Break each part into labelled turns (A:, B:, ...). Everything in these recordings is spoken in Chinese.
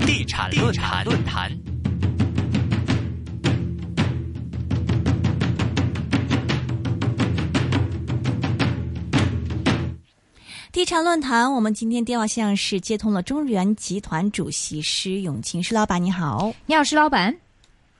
A: 地产论坛论坛。
B: 地产论坛，我们今天电话线上是接通了中原集团主席施永青，施老板你好。
C: 你好，施老板。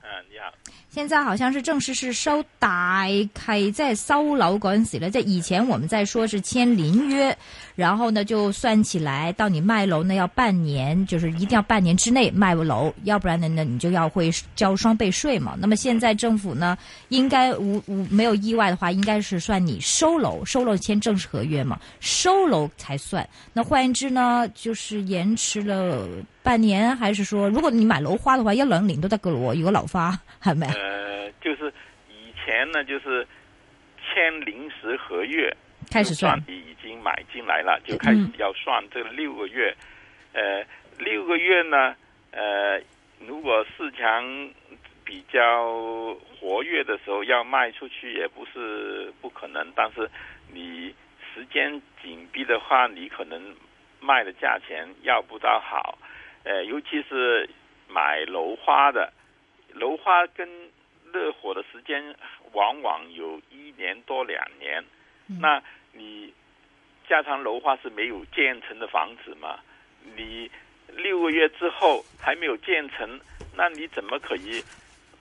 D: 嗯，你好，
C: 现在好像是正式是收大契，即系收楼嗰阵时呢，即系以前我们在说是签临约，然后呢就算起来，到你卖楼呢要半年，就是一定要半年之内卖楼，要不然呢，那你就要会交双倍税嘛。那么现在政府呢，应该无无没有意外的话，应该是算你收楼，收楼签正式合约嘛，收楼才算。那换言之呢，就是延迟了半年，还是说，如果你買樓花嘅話，一兩年都得噶咯喎。如果樓花係咪？
D: 呃，就是以前呢，就是签临时合约，
C: 開始算
D: 就你已经买进来了，就开始要算这六个月。呃，六个月呢，呃，如果市场比较活跃的时候要卖出去也不是不可能，但是你时间紧逼的话，你可能卖的价钱要不到好。呃，尤其是买楼花的，楼花跟热火的时间往往有一年多两年。那你加长楼花是没有建成的房子嘛？你六个月之后还没有建成，那你怎么可以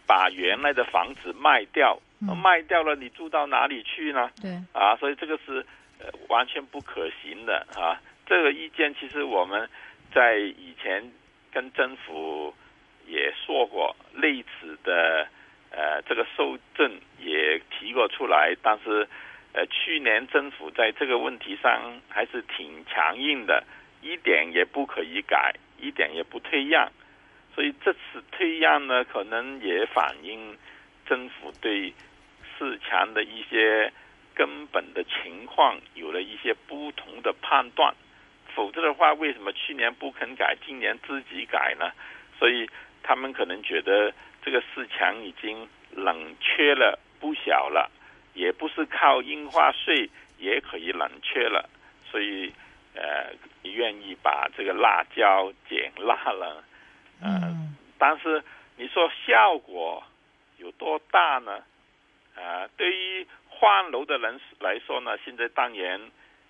D: 把原来的房子卖掉？
C: 嗯
D: 卖掉了，你住到哪里去呢？
C: 對，
D: 啊，所以这个是呃完全不可行的啊。这个意见其实我们在以前跟政府也说过，类似的呃这个受证也提过出来，但是呃去年政府在这个问题上还是挺强硬的，一点也不可以改，一点也不退让。所以这次退让呢，可能也反映政府对市场的一些根本的情况有了一些不同的判断。否则的话，为什么去年不肯改，今年自己改呢？所以他们可能觉得这个市场已经冷却了不小了，也不是靠印花税也可以冷却了，所以呃，愿意把这个辣椒减辣了。呃，但是你说效果有多大呢？呃，对于换楼的人来说呢，现在当然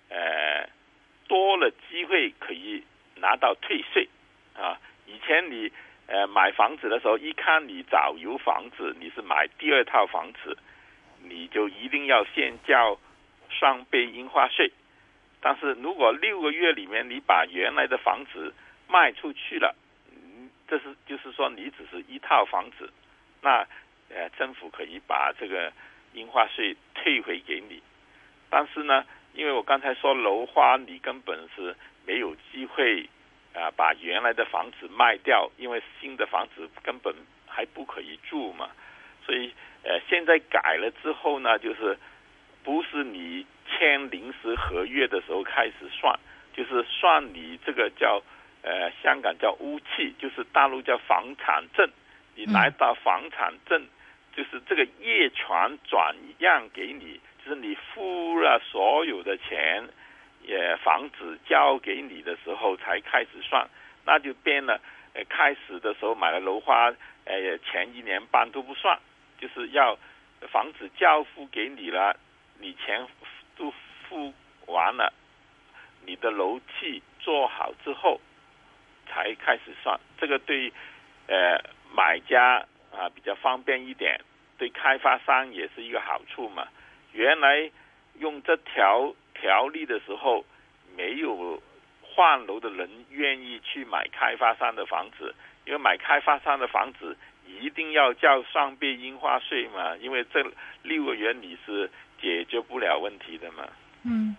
D: 呃多了机会可以拿到退税啊。以前你呃买房子的时候，一看你找有房子，你是买第二套房子，你就一定要先交双倍印花税。但是如果六个月里面你把原来的房子卖出去了，嗯这是就是说你只是一套房子，那呃政府可以把这个印花税退回给你。但是呢，因为我刚才说楼花，你根本是没有机会啊、把原来的房子卖掉，因为新的房子根本还不可以住嘛。所以呃，现在改了之后呢，就是不是你签临时合约的时候开始算，就是算你这个叫呃香港叫屋契，就是大陆叫房产证，你拿到房产证，就是这个业权转让给你，就是你付了所有的钱，也房子交给你的时候才开始算，那就变了。呃，开始的时候买了楼花，呃，前一年半都不算，就是要房子交付给你了，你钱都付完了，你的楼契做好之后才开始算。这个对呃买家啊比较方便一点，对开发商也是一个好处嘛。原来用这条条例的时候，没有换楼的人愿意去买开发商的房子，因为买开发商的房子一定要交双倍印花税嘛，因为这六个月你是解决不了问题的嘛。
C: 嗯。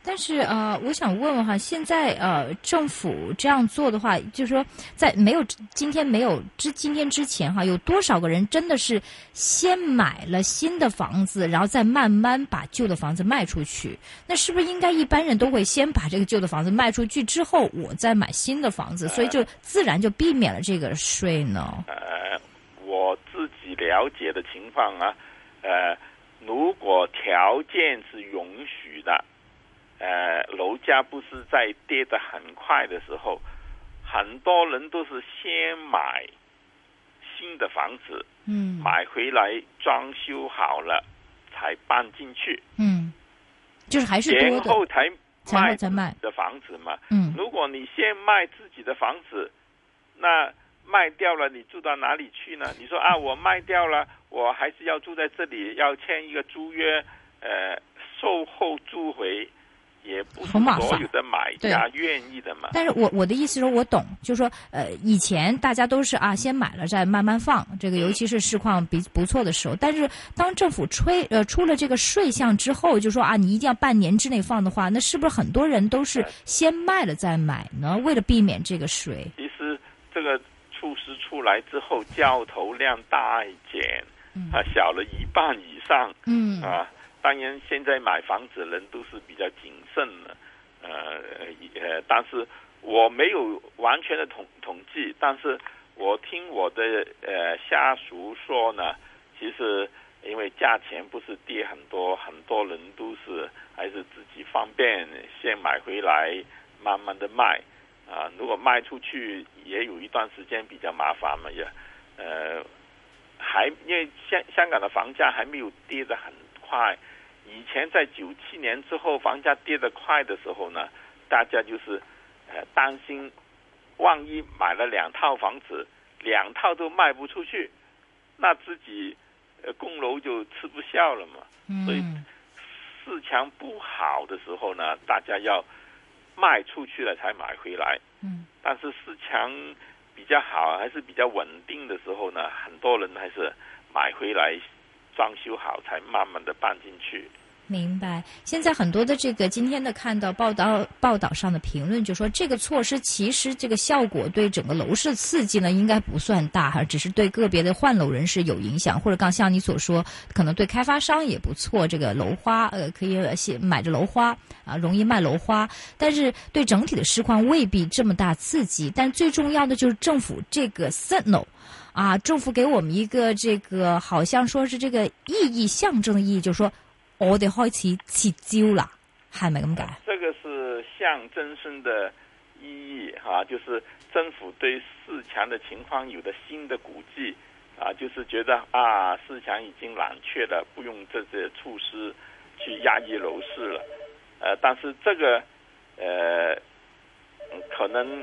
C: 但是呃，我想问问哈，现在呃，政府这样做的话，就是说，在没有今天没有之今天之前哈，有多少个人真的是先买了新的房子，然后再慢慢把旧的房子卖出去？那是不是应该一般人都会先把这个旧的房子卖出去之后，我再买新的房子，所以就自然就避免了这个税呢？
D: 呃，我自己了解的情况啊，呃，如果条件是允许的，呃，楼价不是在跌得很快的时候，很多人都是先买新的房子，
C: 嗯
D: 买回来装修好了才搬进去，
C: 嗯，就是还是
D: 然
C: 多的，
D: 后才
C: 然后
D: 卖
C: 再卖
D: 自己的房子嘛。
C: 嗯
D: 如果你先卖自己的房子，那卖掉了，你住到哪里去呢？你说啊，我卖掉了，我还是要住在这里，要签一个租约，呃，售后租回，也不是
C: 很麻烦
D: 所有的买家愿意的嘛。
C: 但是我我的意思是我懂，就是说，呃，以前大家都是啊，先买了再慢慢放，这个尤其是市况比不错的时候。但是当政府吹呃出了这个税项之后，就说啊，你一定要半年之内放的话，那是不是很多人都是先卖了再买呢？为了避免这个税，
D: 其实这个措施出来之后，交投量大减，
C: 嗯
D: 啊，小了一半以上。
C: 嗯
D: 啊，当然现在买房子人都是比较谨慎的，呃呃，但是我没有完全的统统计，但是我听我的呃下属说呢，其实因为价钱不是跌很多，很多人都是还是自己方便先买回来，慢慢的卖。啊，如果卖出去也有一段时间比较麻烦嘛，也，呃，还因为香香港的房价还没有跌得很快，以前在九七年之后房价跌得快的时候呢，大家就是呃担心，万一买了两套房子，两套都卖不出去，那自己呃供楼就吃不消了嘛。所以
C: 嗯
D: 市场不好的时候呢，大家要卖出去了才买回来。
C: 嗯
D: 但是市场比较好，还是比较稳定的时候呢，很多人还是买回来装修好，才慢慢的搬进去。
C: 明白。现在很多的这个今天的看到报道报道上的评论，就说这个措施其实这个效果对整个楼市刺激呢应该不算大，哈，只是对个别的换楼人士有影响，或者刚像你所说，可能对开发商也不错，这个楼花呃可以先买着楼花啊，容易卖楼花，但是对整体的市况未必这么大刺激。但最重要的就是政府这个 signal。啊，政府给我们一个这个，好像说是这个意义象征的意义，就是说我哋開始撤招啦，係咪咁解？
D: 这个是象征性的意义哈、就是政府对市场的情况有了新的估计啊，就是觉得啊，市场已经冷却了，不用这些措施去压抑楼市了。呃，但是这个呃，嗯可能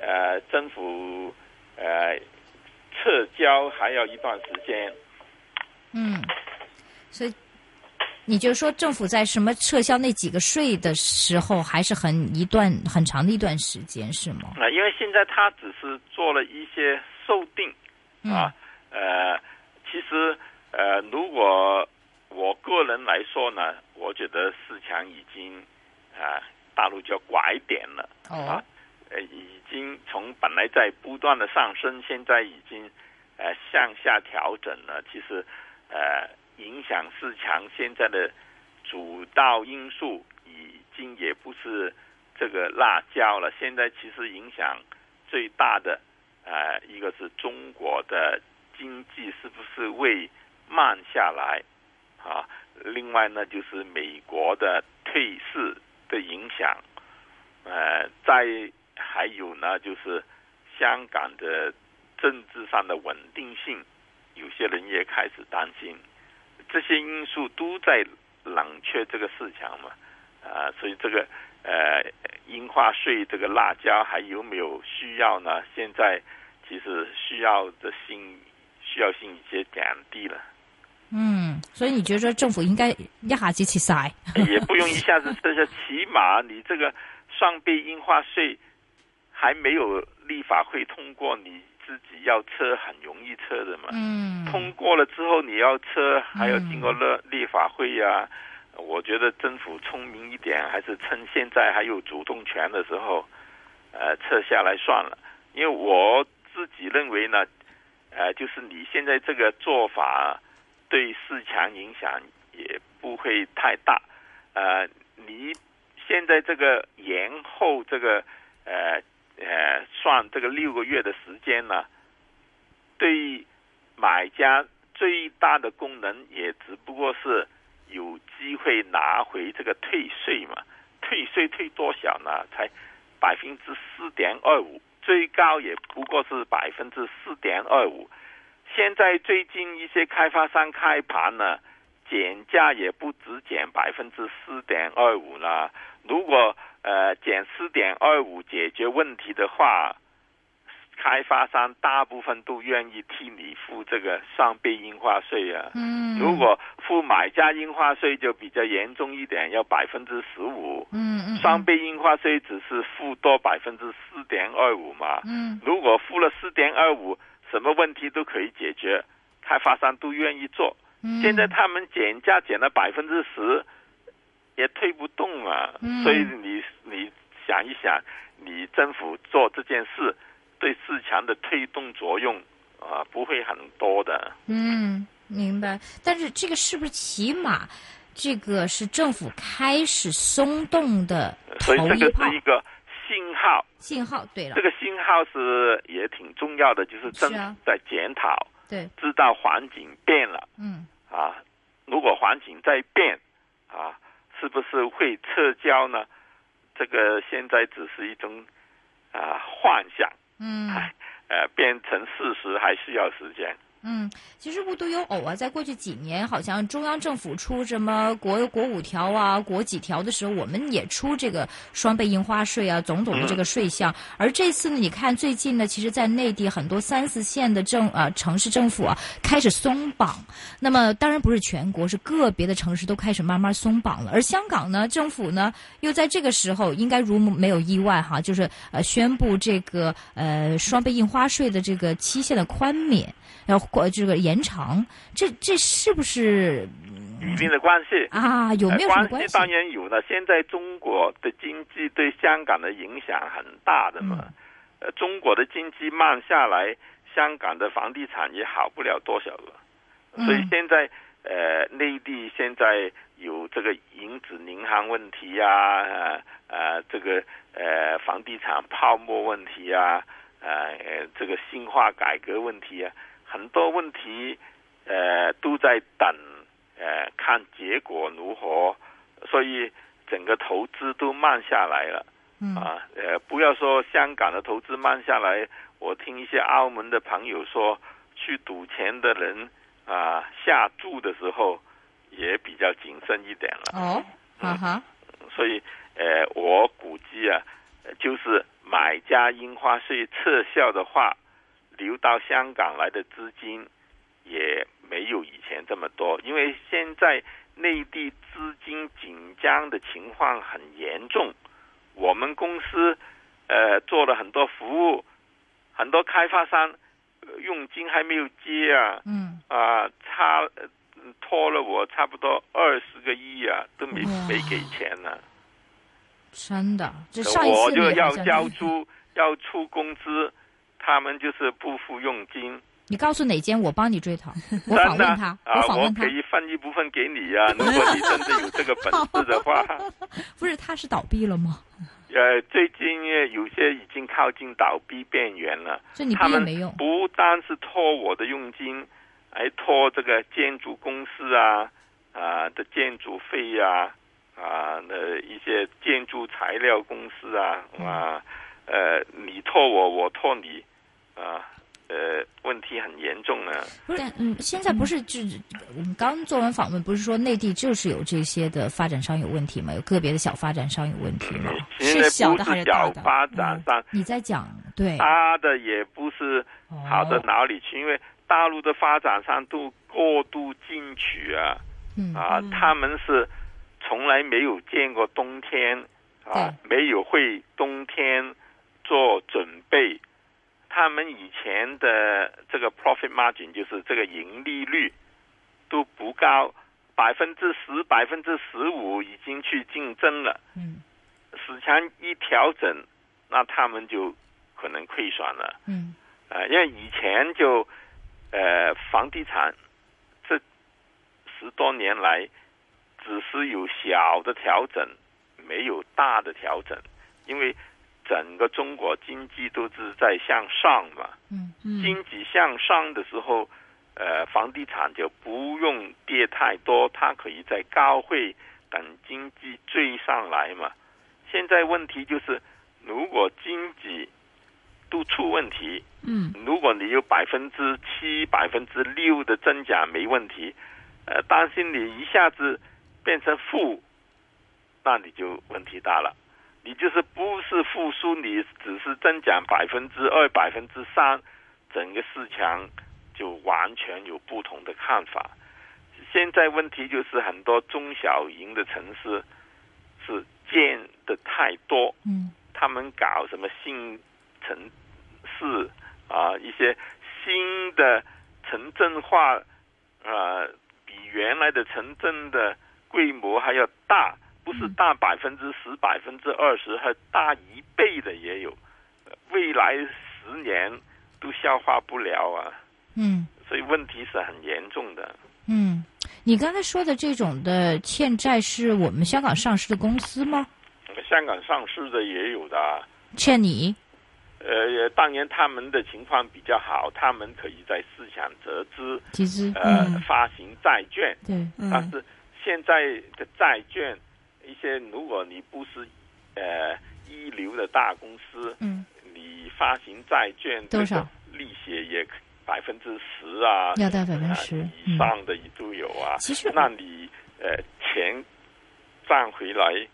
D: 呃，政府呃撤销还要一段时间。
C: 嗯，所以你就说政府在什么撤销那几个税的时候，还是很一段很长的一段时间，是吗？
D: 啊，因为现在他只是做了一些修订
C: 嗯
D: 啊，呃，其实呃，如果我个人来说呢，我觉得市场已经啊，大陆叫拐点了啊
C: 哦，，
D: 呃，已经从本来在不断的上升，现在已经呃向下调整了。其实呃，影响市场现在的主导因素已经也不是这个辣椒了，现在其实影响最大的呃一个是中国的经济是不是会慢下来啊？另外呢，就是美国的退市的影响。呃，再还有呢，就是香港的政治上的稳定性，有些人也开始担心，这些因素都在冷却这个市场嘛，啊、所以这个呃，印花税这个辣椒还有没有需要呢？现在其实需要的性需要性已经降低了，
C: 嗯，所以你觉得说政府应該一下子撤晒？
D: 也不用一下子这些，起码你这个双倍印花税还没有立法会通过，你自己要撤很容易撤的嘛。
C: 嗯
D: 通过了之后，你要撤，还要经过立立法会呀、我觉得政府聪明一点，还是趁现在还有主动权的时候，呃，撤下来算了。因为我自己认为呢，呃，就是你现在这个做法对市场影响也不会太大。呃，你现在这个延后这个呃呃算这个六个月的时间呢，对买家最大的功能也只不过是有机会拿回这个退税嘛，退税退多少呢？才百分之四点二五，最高也不过是百分之四点二五。现在最近一些开发商开盘呢，减价也不只减百分之四点二五啦。如果呃减四点二五解决问题的话，开发商大部分都愿意替你付这个上倍印花税啊。
C: 嗯，
D: 如果付买家印花税就比较严重一点，要百分之十五。
C: 嗯嗯
D: 双倍印花税只是付多百分之四点二五嘛。
C: 嗯
D: 如果付了四点二五，什么问题都可以解决，开发商都愿意做。
C: 嗯，
D: 现在他们减价减了百分之十，也推不动嘛。
C: 嗯
D: 所以你你想一想，你政府做这件事对市场的推动作用啊、不会很多的。
C: 嗯明白，但是这个是不是起码这个是政府开始松动的头
D: 所以这
C: 一炮
D: 个是一个信号，
C: 信号？对了
D: 这，个信号是也挺重要的，就是政
C: 是啊
D: 府在检讨，
C: 对，
D: 知道环境变了
C: 嗯
D: 啊。如果环境在变啊，是不是会撤销呢？这个现在只是一种啊幻想，
C: 嗯。
D: 呃，变成事实还需要时间。
C: 嗯，其实无独有偶啊，在过去几年，好像中央政府出什么国国五条啊、国几条的时候，我们也出这个双倍印花税啊，种种的这个税项。而这次呢，你看最近呢，其实，在内地很多三四线的政啊、城市政府啊开始松绑。那么，当然不是全国，是个别的城市都开始慢慢松绑了。而香港呢，政府呢又在这个时候，应该如没有意外哈，就是呃宣布这个呃双倍印花税的这个期限的宽免。要过这个延长，这这是不是
D: 一定的关系，
C: 嗯啊？有没有什么
D: 呃
C: 关
D: 系
C: 系？
D: 当然有了。现在中国的经济对香港的影响很大的
C: 嗯
D: 嘛，呃，中国的经济慢下来，香港的房地产也好不了多少了。所以
C: 嗯
D: 现在，呃，内地现在有这个银子银行问题呀、啊，呃，呃这个呃房地产泡沫问题呀、啊，呃，这个新化改革问题啊，很多问题，呃，都在等，呃，看结果如何，所以整个投资都慢下来了
C: 嗯
D: 啊。呃，不要说香港的投资慢下来，我听一些澳门的朋友说，去赌钱的人啊，下注的时候也比较谨慎一点了。
C: 哦，哈哈，
D: 所以，呃，我估计啊，呃就是买家印花税撤销的话，流到香港来的资金也没有以前这么多，因为现在内地资金紧张的情况很严重。我们公司呃做了很多服务，很多开发商呃佣金还没有结啊，
C: 嗯，
D: 啊，差呃拖了我差不多二十个亿啊，都没
C: 哇
D: 没给钱呢、
C: 真的，这上一
D: 呃我
C: 次
D: 就
C: 你好
D: 要
C: 像
D: 交出要出工资，他们就是不付佣金，
C: 你告诉哪间，我帮你追 讨，我访
D: 真的
C: 问他，
D: 啊，
C: 访
D: 我
C: 问他
D: 可，以分一部分给你啊。如果你真的有这个本 事的话，
C: 不是他是倒闭了吗？
D: 呃，最近呃有些已经靠近倒闭边缘了，
C: 所以你
D: 他
C: 逼也
D: 们
C: 没用，
D: 不单是拖我的佣金，还拖这个建筑公司啊啊、的建筑费呀啊那、一些建筑材料公司啊啊呃你拖我我拖你啊呃问题很严重啊呢、
C: 不是
B: 但。嗯，
C: 现在不是就我们刚做完访问，不是说内地就是有这些的发展商有问题吗？有个别的小发展商有问题吗？
D: 现在
B: 是小
D: 不
B: 的还是
D: 是
B: 大
D: 小
B: 的
D: 发展商，
C: 你在讲嗯对，
D: 大的也不是啊好的
C: 哦，
D: 哪里去，因为大陆的发展商都过度进取啊。
C: 嗯
D: 啊
B: 嗯，
D: 他们是从来没有见过冬天啊，没有为冬天做准备。他们以前的这个 profit margin 就是这个盈利率都不高，百分之十、百分之十五已经去竞争了。
C: 嗯
D: 市场一调整，那他们就可能亏损了。
C: 嗯
D: 呃，因为以前就呃房地产这十多年来只是有小的调整，没有大的调整，因为整个中国经济都是在向上嘛，
C: 嗯
B: 嗯
D: 经济向上的时候，呃，房地产就不用跌太多，它可以在高位等经济追上来嘛。现在问题就是，如果经济都出问题。
B: 嗯
D: 如果你有百分之七、百分之六的真假没问题，呃，担心你一下子变成负，那你就问题大了。你就是不是复苏，你只是增长百分之二、百分之三，整个市场就完全有不同的看法。现在问题就是很多中小型的城市是建的太多，
C: 嗯
D: 他们搞什么新城市啊，一些新的城镇化，呃，比原来的城镇的规模还要大，不是大百分之十、百分之二十，还大一倍的也有。呃未来十年都消化不了啊，
C: 嗯
D: 所以问题是很严重的。
C: 嗯，你刚才说的这种的欠债是我们香港上市的公司吗？
D: 香港上市的也有的啊，
C: 欠你？
D: 呃，当然他们的情况比较好，他们可以在市场折资，
C: 其实
D: 呃，
B: 嗯
D: 发行债券。
C: 对，
D: 但
B: 嗯
D: 是现在的债券，一些如果你不是呃一流的大公司，
C: 嗯
D: 你发行债券
C: 多少
D: 这个利息也百分之十啊，
C: 要到百分之
D: 啊
C: 十嗯
D: 以上的都有啊。
C: 其实
D: 那你呃钱赚回来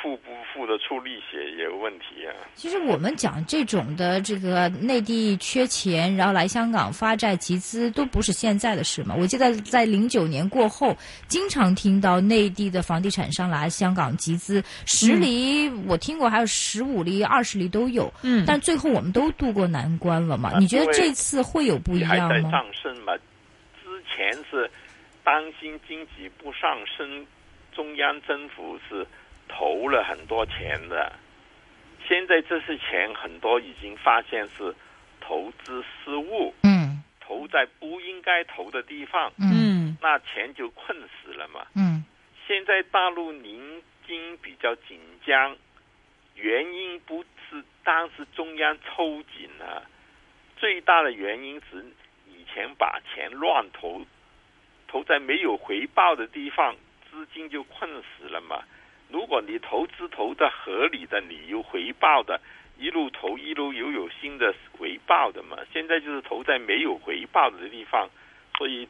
D: 付不付得出利息也有问题啊。
C: 其实我们讲这种的这个内地缺钱，然后来香港发债集资，都不是现在的事嘛。我记得在零九年过后，经常听到内地的房地产商来香港集资，十
D: 嗯
C: 厘、我听过，还有十五厘、二十厘都有。
B: 嗯，
C: 但最后我们都渡过难关了嘛？
D: 啊
C: 你觉得
D: 因为
C: 这次会有不一
D: 还
C: 样
D: 在
C: 吗？
D: 上升嘛？之前是担心经济不上升，中央政府是投了很多钱的。现在这些钱很多已经发现是投资失误，
C: 嗯
D: 投在不应该投的地方，
C: 嗯
B: 嗯
D: 那钱就困死了嘛。
C: 嗯
D: 现在大陆宁经比较紧张，原因不是当时中央抽紧啊，最大的原因是以前把钱乱投，投在没有回报的地方，资金就困死了嘛。如果你投资投的合理的，你有回报的，一路投一路又有新的回报的嘛。现在就是投在没有回报的地方，所以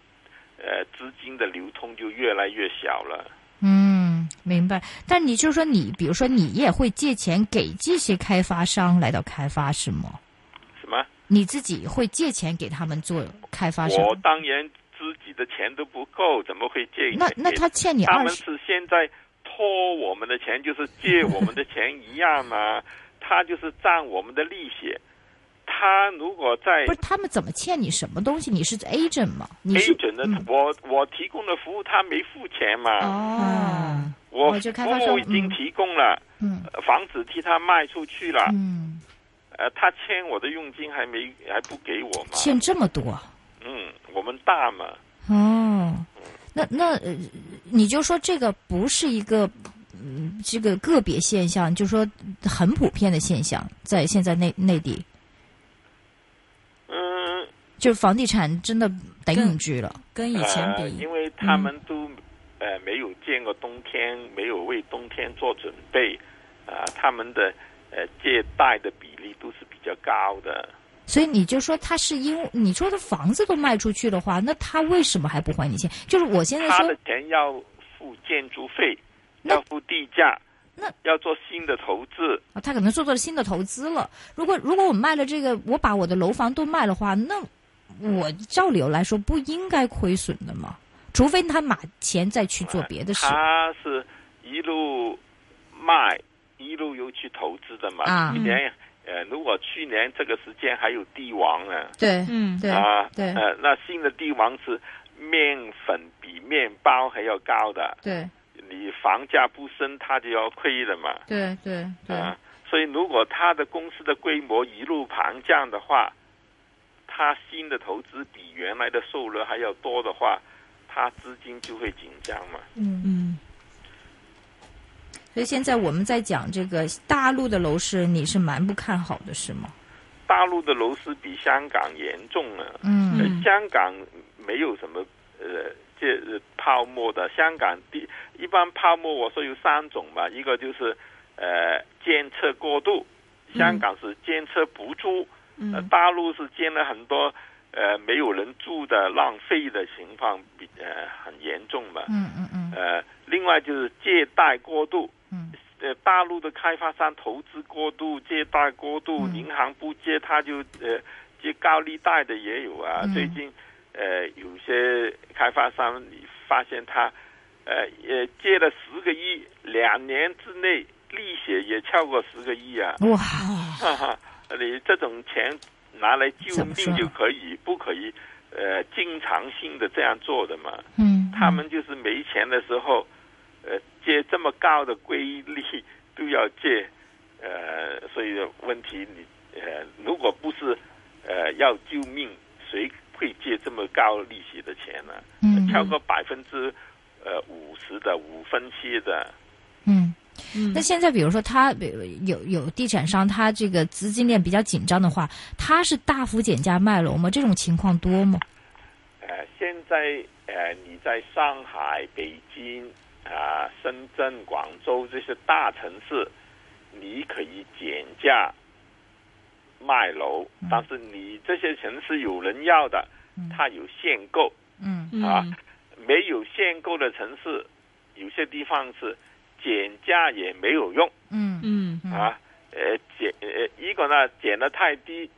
D: 呃，资金的流通就越来越小了。
C: 嗯，明白。但你就说你，比如说你也会借钱给这些开发商来到开发是吗？
D: 什么？
C: 你自己会借钱给他们做开发商？
D: 我当然自己的钱都不够，怎么会借
C: 那
D: 钱给
C: 那他欠你
D: 他
C: 二
D: 们
C: 十，
D: 是现在拖我们的钱，就是借我们的钱一 样嘛。他就是占我们的利息。他如果在
C: 不是他们怎么欠你什么东西？你是
D: E
C: agent 吗？你是
D: agent 的，
C: 嗯
D: 我我提供的服务他没付钱嘛，
B: 嗯
C: 哦，
D: 我
C: 我就开发
D: 服
C: 商
D: 务已经
C: 嗯
D: 提供了，
C: 嗯
D: 呃房子替他卖出去了，
C: 嗯，
D: 呃，他欠我的佣金还没还不给我嘛，
C: 欠这么多
D: 嗯，我们大嘛，
C: 哦，那那呃你就说这个不是一个。嗯，这个个别现象，就说很普遍的现象，在现在内内地，
D: 嗯。
C: 就是房地产真的顶
B: 更
C: 唔住了。
B: 跟以前
D: 呃，
B: 比，
D: 因为他
C: 嗯
D: 们都、呃没有见过冬天，没有为冬天做准备，啊、他们的呃借贷的比例都是比较高的。
C: 所以你就说他是因为你说他房子都卖出去的话，那他为什么还不还你钱？就是我现在
D: 他
C: 说
D: 的钱要付建筑费，
C: 那
D: 要付地价
C: 那，
D: 要做新的投资，
C: 啊，他可能做做了新的投资了。如果如果我卖了这个，我把我的楼房都卖了话，那我照理由来说不应该亏损的嘛，除非他把钱再去做别的事。
D: 他是一路卖，一路又去投资的嘛。
C: 啊
D: 去年呃，如果去年这个时间还有帝王呢、
C: 对
B: 嗯
C: 对
D: 啊，
C: 对
D: 呃，那新的帝王是面粉比面包还要高的，
C: 对
D: 你房价不升，它就要亏的嘛。
C: 对对
D: 啊，所以如果它的公司的规模一路膨胀的话，它新的投资比原来的收入还要多的话，它资金就会紧张嘛。
C: 嗯。
B: 嗯
C: 所以现在我们在讲这个大陆的楼市，你是蛮不看好的，是吗？
D: 大陆的楼市比香港严重啊，
C: 嗯
D: 呃
B: 嗯
D: 香港没有什么呃这呃泡沫的。香港第一般泡沫，我说有三种嘛，一个就是呃监测过度，香港是监测不住，呃
B: 嗯，
D: 大陆是建了很多呃没有人住的浪费的情况比呃很严重嘛。
C: 嗯嗯嗯
D: 呃，另外就是借贷过度，
C: 嗯
D: 呃，大陆的开发商投资过度、借贷过度，
C: 嗯
D: 银行不借，他就呃借高利贷的也有啊。
C: 嗯
D: 最近呃有些开发商你发现他呃也借了十个亿，两年之内利息也超过十个亿啊，
C: 嗯，哇，
D: 哈哈，你这种钱拿来救
C: 怎么说
D: 命就可以，不可以呃经常性的这样做的嘛。
C: 嗯，
D: 他们就是没钱的时候，呃，借这么高的规律都要借，呃，所以问题你呃，如果不是呃要救命，谁会借这么高利息的钱呢、
C: 嗯
D: 超过百分之呃五十的五分期的，
C: 嗯。
B: 嗯
C: 那现在比如说他比如有有地产商，他这个资金链比较紧张的话，他是大幅减价卖楼吗？这种情况多吗？
D: 呃，现在呃你在上海、北京啊、深圳、广州这些大城市，你可以减价卖楼
C: 嗯，
D: 但是你这些城市有人要的
C: 嗯，
D: 它有限购
C: 嗯
D: 啊，没有限购的城市，有些地方是减价也没有用
C: 嗯
B: 嗯
C: 嗯
D: 啊，呃减呃一个呢减的太低，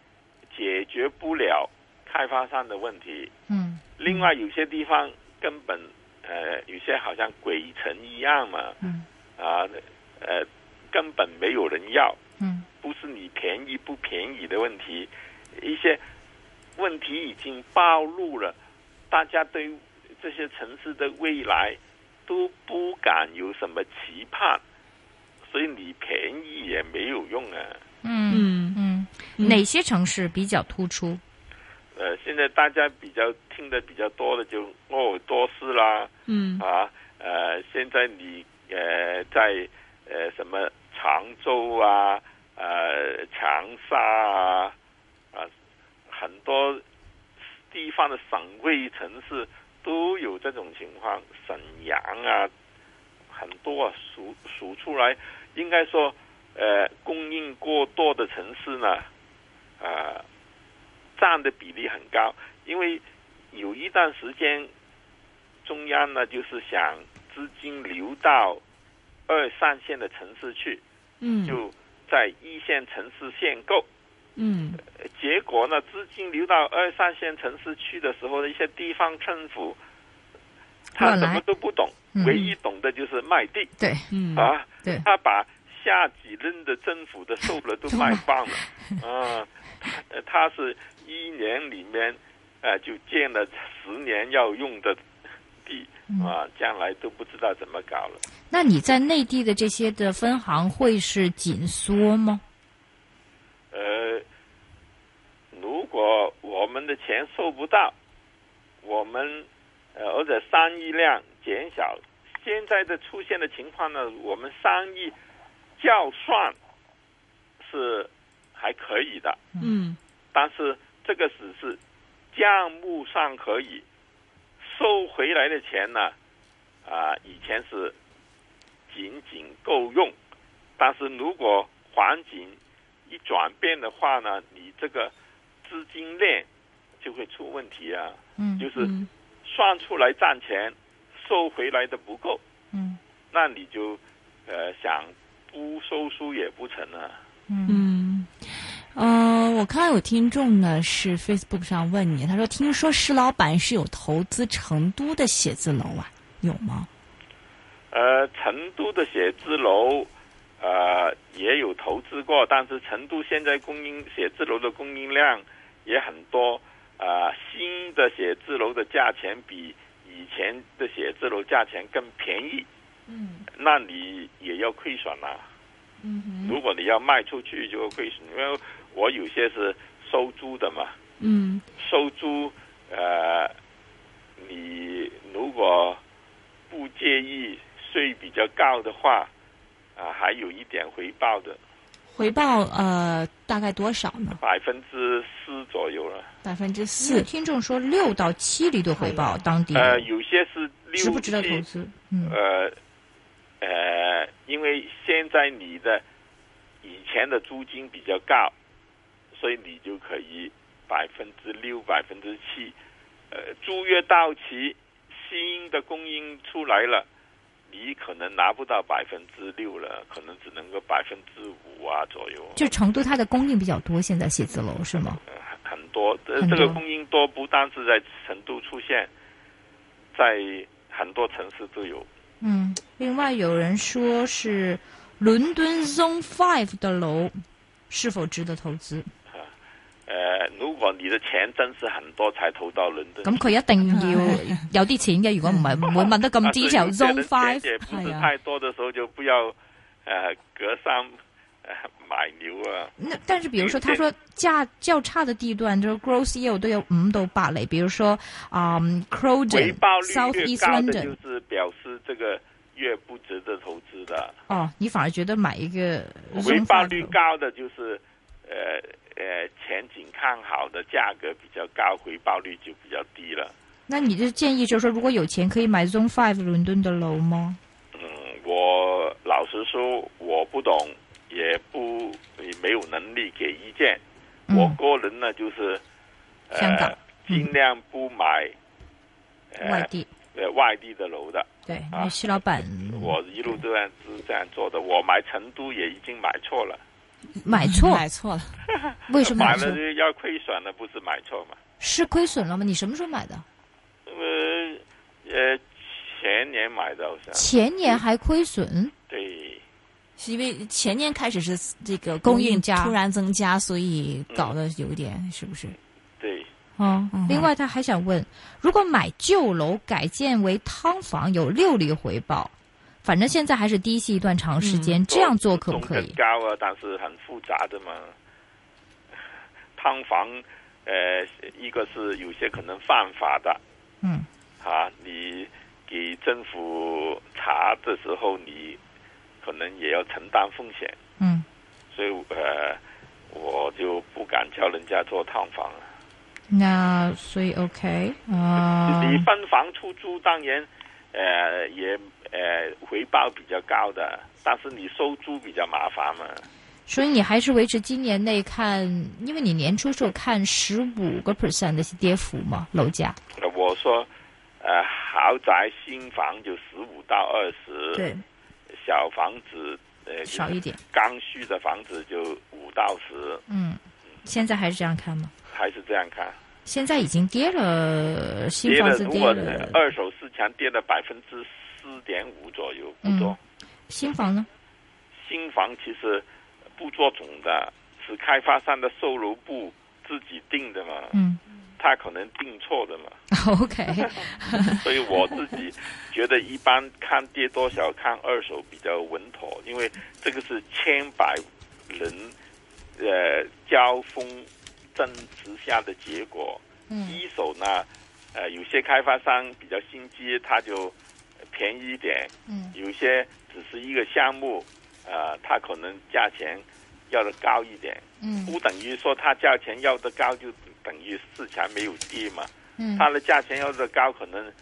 D: 解决不了开发商的问题。
C: 嗯
D: 另外，有些地方根本呃，有些好像鬼城一样嘛，
C: 嗯
D: 啊，呃，根本没有人要，
C: 嗯
D: 不是你便宜不便宜的问题，一些问题已经暴露了，大家对这些城市的未来都不敢有什么期盼，所以你便宜也没有用啊。
C: 嗯
B: 嗯
C: 嗯，
B: 嗯
C: 哪些城市比较突出？
D: 呃，现在大家比较听的比较多的就鄂尔多斯啦，
B: 嗯
D: 啊，呃，现在你呃在呃什么常州啊，呃长沙啊，啊很多地方的省会城市都有这种情况，沈阳啊，很多啊数数出来，应该说呃供应过多的城市呢，啊、占的比例很高，因为有一段时间中央呢就是想资金流到二三线的城市去，
B: 嗯
D: 就在一线城市限购。
B: 嗯
D: 呃结果呢，资金流到二三线城市去的时候呢，一些地方政府他
C: 乱来
D: 什么都不懂
C: 嗯，
D: 唯一懂的就是卖地、
C: 对，
B: 嗯
D: 啊。
C: 对
D: 他把下几任的政府的售楼都
C: 都卖
D: 卖光 了。啊，他呃他是一年里面呃就建了十年要用的地
C: 嗯
D: 啊，将来都不知道怎么搞了。
C: 那你在内地的这些的分行会是紧缩吗？
D: 呃，如果我们的钱收不到，我们呃或者生意量减少，现在的出现的情况呢，我们生意较算是还可以的，
B: 嗯
D: 但是这个只是账目上可以，收回来的钱呢，啊、以前是仅仅够用，但是如果环境一转变的话呢，你这个资金链就会出问题啊，
C: 嗯
D: 就是
B: 嗯
D: 算出来赚钱，收回来的不够，
C: 嗯
D: 那你就呃想不收书也不成啊。
C: 嗯
B: 嗯。呃，我看到有听众呢是 Facebook 上问你，他说听说石老板是有投资成都的写字楼啊，有吗？
D: 呃，成都的写字楼，呃，也有投资过，但是成都现在供应写字楼的供应量也很多，呃，新的写字楼的价钱比以前的写字楼价钱更便宜，
B: 嗯
D: 那你也要亏损啦、
B: 嗯哼
D: 如果你要卖出去就亏损，因为我有些是收租的嘛，
B: 嗯
D: 收租，呃，你如果不介意税比较高的话，啊、还有一点回报的，
B: 回报呃大概多少呢？
D: 百分之四左右了。
B: 百分之
C: 有
B: 四。
C: 听众说六到七厘的回报，当地
D: 呃，有些是六
C: 嗯值不值得投
D: 七
C: 资？嗯
D: 呃呃，因为现在你的以前的租金比较高，所以你就可以百分之六、百分之七。呃，租约到期，新的供应出来了，你可能拿不到百分之六了，可能只能够百分之五啊左右。
C: 就成都它的供应比较多，现在写字楼是吗？
D: 呃很多，这
C: 很
D: 这
C: 多
D: 个供应多不单是在成都出现，在很多城市都有。
C: 嗯，另外有人说是伦敦 Zone Five 的楼是否值得投资？
D: 呃，如果你的钱真是很多才投到伦敦，
C: 咁佢一定 要有啲錢嘅，如果唔係唔會問得咁
D: 啊
C: detail
D: 所
C: Zone
D: 以有些人
C: Five
D: 钱也不是
C: 係啊。
D: 太多的时候就不要呃隔山呃买牛啊。
C: 那但是，比如说，他说价较差的地段，就是 gross yield 都有五到八厘，比如说啊、嗯 Croydon
D: 回报、率
C: South
D: 越
C: East
D: 高的就
C: London，
D: 是表示这个越不值得投资的，
C: 哦，你反而觉得买一个 zone
D: 回报
C: five
D: 率
C: 楼
D: 高的就是呃呃前景看好的价格比较高，回报率就比较低了。
C: 那你的建议就是说，如果有钱可以买 Zone Five 伦敦的楼吗？
D: 嗯，我老实说，我不懂，也不也没有能力给意见。
C: 嗯
D: 我个人呢，就是
C: 香港嗯
D: 呃，尽量不买、呃、
C: 外地，
D: 呃外地的楼的。
C: 对，
D: 啊
C: 那徐老板
D: 我一路都这样是这样做的。我买成都也已经买错了，
C: 买 错，
B: 买哎错了。
C: 为什么
D: 买
C: 买错
D: 了？就要亏损了，不是买错嘛？
C: 是亏损了吗？你什么时候买的？
D: 呃呃，前年买的好像，
C: 前年还亏损，
D: 对，
B: 是因为前年开始是这个
C: 供
B: 供
C: 应
B: 应
C: 加
B: 突然增加，所以搞得有点是不是？
D: 对，
C: 哦
B: 嗯，
C: 另外他还想问，如果买旧楼改建为汤房，有六厘回报，反正现在还是低息一段长时间，这样做可不可
D: 中
C: 以
D: 更？高啊，但是很复杂的嘛。 汤房，呃，一个是有些可能犯法的
C: 嗯，
D: 啊，你给政府查的时候，你可能也要承担风险，
C: 嗯，
D: 所以呃，我就不敢叫人家做汤房了。
C: 那所以 OK 啊、
D: 你分房出租，当然，呃，也呃回报比较高的，但是你收租比较麻烦嘛。
C: 所以你还是维持今年内看，因为你年初时候看十五个 percent 的跌幅嘛，楼价。
D: 呃我说，呃，豪宅新房就十五到二十，，小房子呃
C: 少一，点
D: 就。是刚需的房子就五到十，
C: 嗯，现在还是这样看吗？
D: 还是这样看。
C: 现在已经跌了，呃新
D: 跌
C: 房
D: 了，
C: 子
D: 如
C: 跌
D: 果
C: 了，
D: 二手市场跌了百分之四点五左右，不多。
C: 嗯新房呢？
D: 新房其实不做总的，是开发商的售楼部自己定的嘛，
C: 嗯
D: 他可能定错的嘛，
C: ，OK，
D: 所以我自己觉得一般看跌多少看二手比较稳妥，因为这个是千百人呃交锋争执下的结果。
C: 嗯
D: 一手呢，呃，有些开发商比较心机，他就便宜一点，
C: 嗯
D: 有些只是一个项目，呃，它可能价钱要的高一点，
C: 嗯
D: 不等于说它价钱要的高就等于市场没有跌嘛。
C: 嗯
D: 它的价钱要的高，可能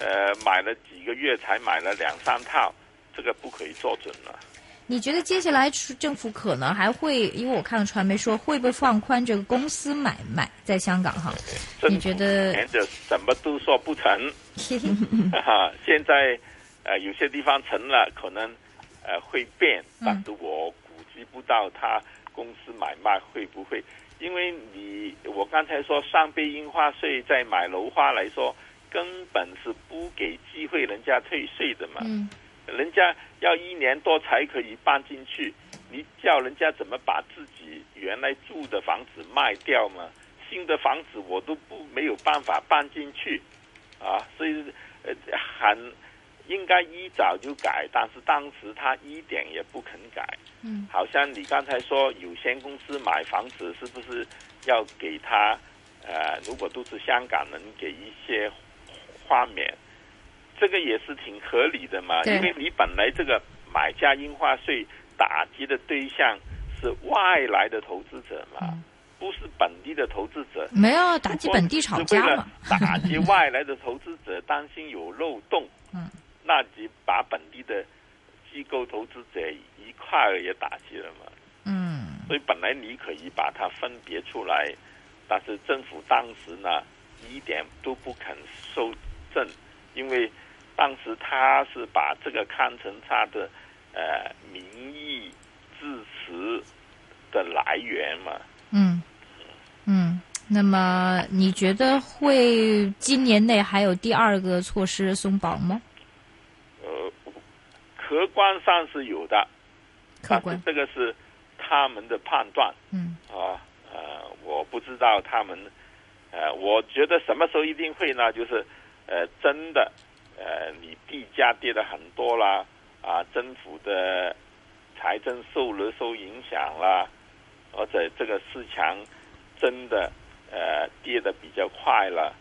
D: 呃买了几个月才买了两三套，这个不可以做准了。
C: 你觉得接下来政府可能还会，因为我看了传媒说会不会放宽这个公司买卖在香港哈？你觉得嗯
D: 政府以前就什么都说不成，哈 哈，现在呃有些地方成了，可能呃会变，
C: 嗯
D: 但是我估计不到他公司买卖会不会，因为你我刚才说上倍印花税在买楼花来说，根本是不给机会人家退税的嘛，
C: 嗯
D: 人家要一年多才可以搬进去，你叫人家怎么把自己原来住的房子卖掉嘛？新的房子我都不没有办法搬进去，啊，所以呃很应该一早就改，但是当时他一点也不肯改。
C: 嗯
D: 好像你刚才说有限公司买房子是不是要给他呃，如果都是香港人给一些豁免，这个也是挺合理的嘛，
C: 对
D: 因为你本来这个买家印花税打击的对象是外来的投资者嘛，
C: 嗯
D: 不是本地的投资者。
C: 没有打击本地炒
D: 如
C: 家
D: 果
C: 嘛？
D: 是为了打击外来的投资者，担心有漏洞，
C: 嗯，
D: 那你把本地的机构投资者一块儿也打击了嘛？
C: 嗯，
D: 所以本来你可以把它分别出来，但是政府当时呢一点都不肯收正，因为当时他是把这个看成他的呃民意支持的来源嘛。
C: 嗯嗯。那么你觉得会今年内还有第二个措施松绑吗？
D: 呃，客观上是有的，
C: 客
D: 但是
C: 观，
D: 这个是他们的判断
C: 嗯
D: 啊，呃，我不知道他们，呃，我觉得什么时候一定会呢？就是，呃，真的，呃，你地价跌得很多啦，啊，政府的财政受了受影响啦，或者这个市场真的呃跌得比较快了，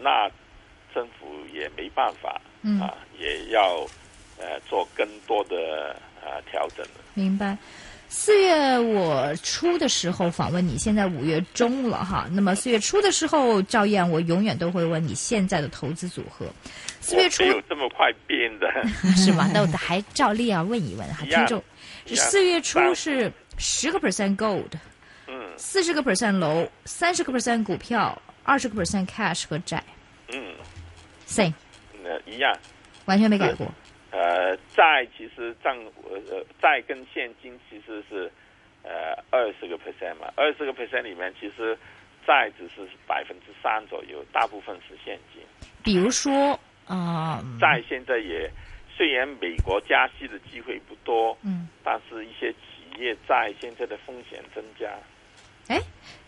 D: 那政府也没办法。
C: 嗯。
D: 啊，也要呃做更多的呃调整了。
C: 明白。四月我初的时候访问你，现在五月中了哈。那么四月初的时候，照样我永远都会问你现在的投资组合。四月初
D: 我没有这么快变 的，
C: 是吗？那我还照例啊问一问哈，
D: 一样
C: 听众。
D: 一
C: 是
D: 样
C: 四月初是十个 percent gold，
D: 嗯
C: 四十个 percent 楼，三十个 percent 股票，二十个 percent cash 和债
D: 嗯，
C: ，same
D: 那一样。
C: 完全没改过。
D: 呃，债其实占呃呃债跟现金其实是呃二十个 percent 嘛，二十个 percent 里面其实债只是百分之三左右，大部分是现金。
C: 比如说，嗯，
D: 债现在也虽然美国加息的机会不多，
C: 嗯，
D: 但是一些企业债现在的风险增加。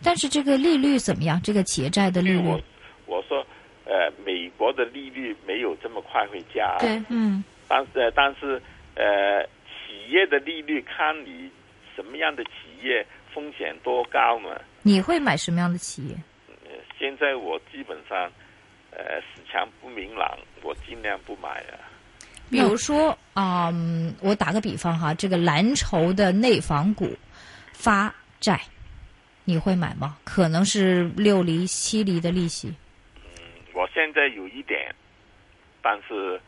C: 但是这个利率怎么样？这个企业债的利
D: 因为
C: 率
D: 我，我说，呃，美国的利率没有这么快会加，
C: 对，
B: 嗯
D: 但是、呃但是呃，企业的利率看你什么样的企业风险多高嘛。
C: 你会买什么样的企业？
D: 呃现在我基本上，呃，市场不明朗，我尽量不买啊。
C: 比如说，嗯，我打个比方哈，这个蓝筹的内房股发债，你会买吗？可能是六厘、七厘的利息。
D: 嗯我现在有一点，但是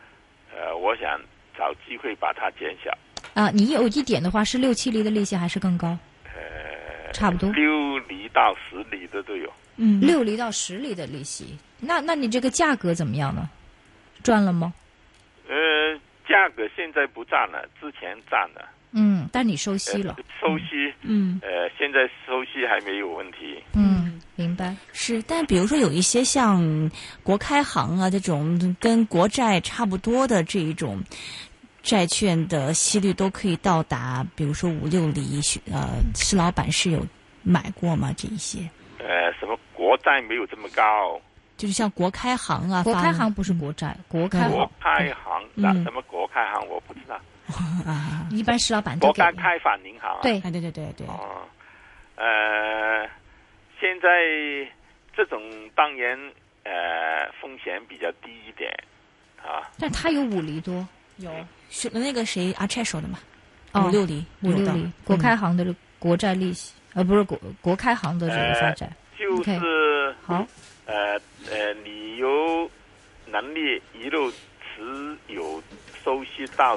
D: 呃，我想找机会把它减小，
C: 啊，你有一点的话是六七厘的利息还是更高？
D: 呃，
C: 差不多
D: 六厘到十厘的都有。
B: 嗯，
C: 六厘到十厘的利息，那那你这个价格怎么样呢？赚了吗？
D: 呃，价格现在不涨了，之前涨了。
C: 嗯，但你收息
D: 呃
C: 了。
D: 收息，
B: 嗯
D: 呃，现在收息还没有问题。
C: 嗯，明白。
B: 是，但比如说有一些像国开行啊这种跟国债差不多的这一种债券的息率都可以到达，比如说五六厘，呃，施老板是有买过吗？这一些
D: 呃，什么国债没有这么高，
B: 就是像国开行啊，
C: 国
B: 发
C: 开行不是国债，国开
B: 嗯
D: 国
C: 行
D: 开行
B: 嗯
D: 那、什么国开行我不知道，
B: 啊，
C: 一般石老板都
D: 国
C: 给
D: 家
C: 你。
D: 开发银行、啊。。
C: 对，
B: 哎，对对对对，
D: 哦，呃，现在这种当然呃风险比较低一点啊，
C: 但它有五厘多。
B: 有是那个谁阿蔡说的嘛，
C: 哦
B: 五六厘，
C: 五
B: 有
C: 六
B: 的
C: 厘，国开行的国债利息，呃，不是国国开行的这个发债。
D: 就是
C: OK 好，
D: 呃呃，你有能力一路持有收息到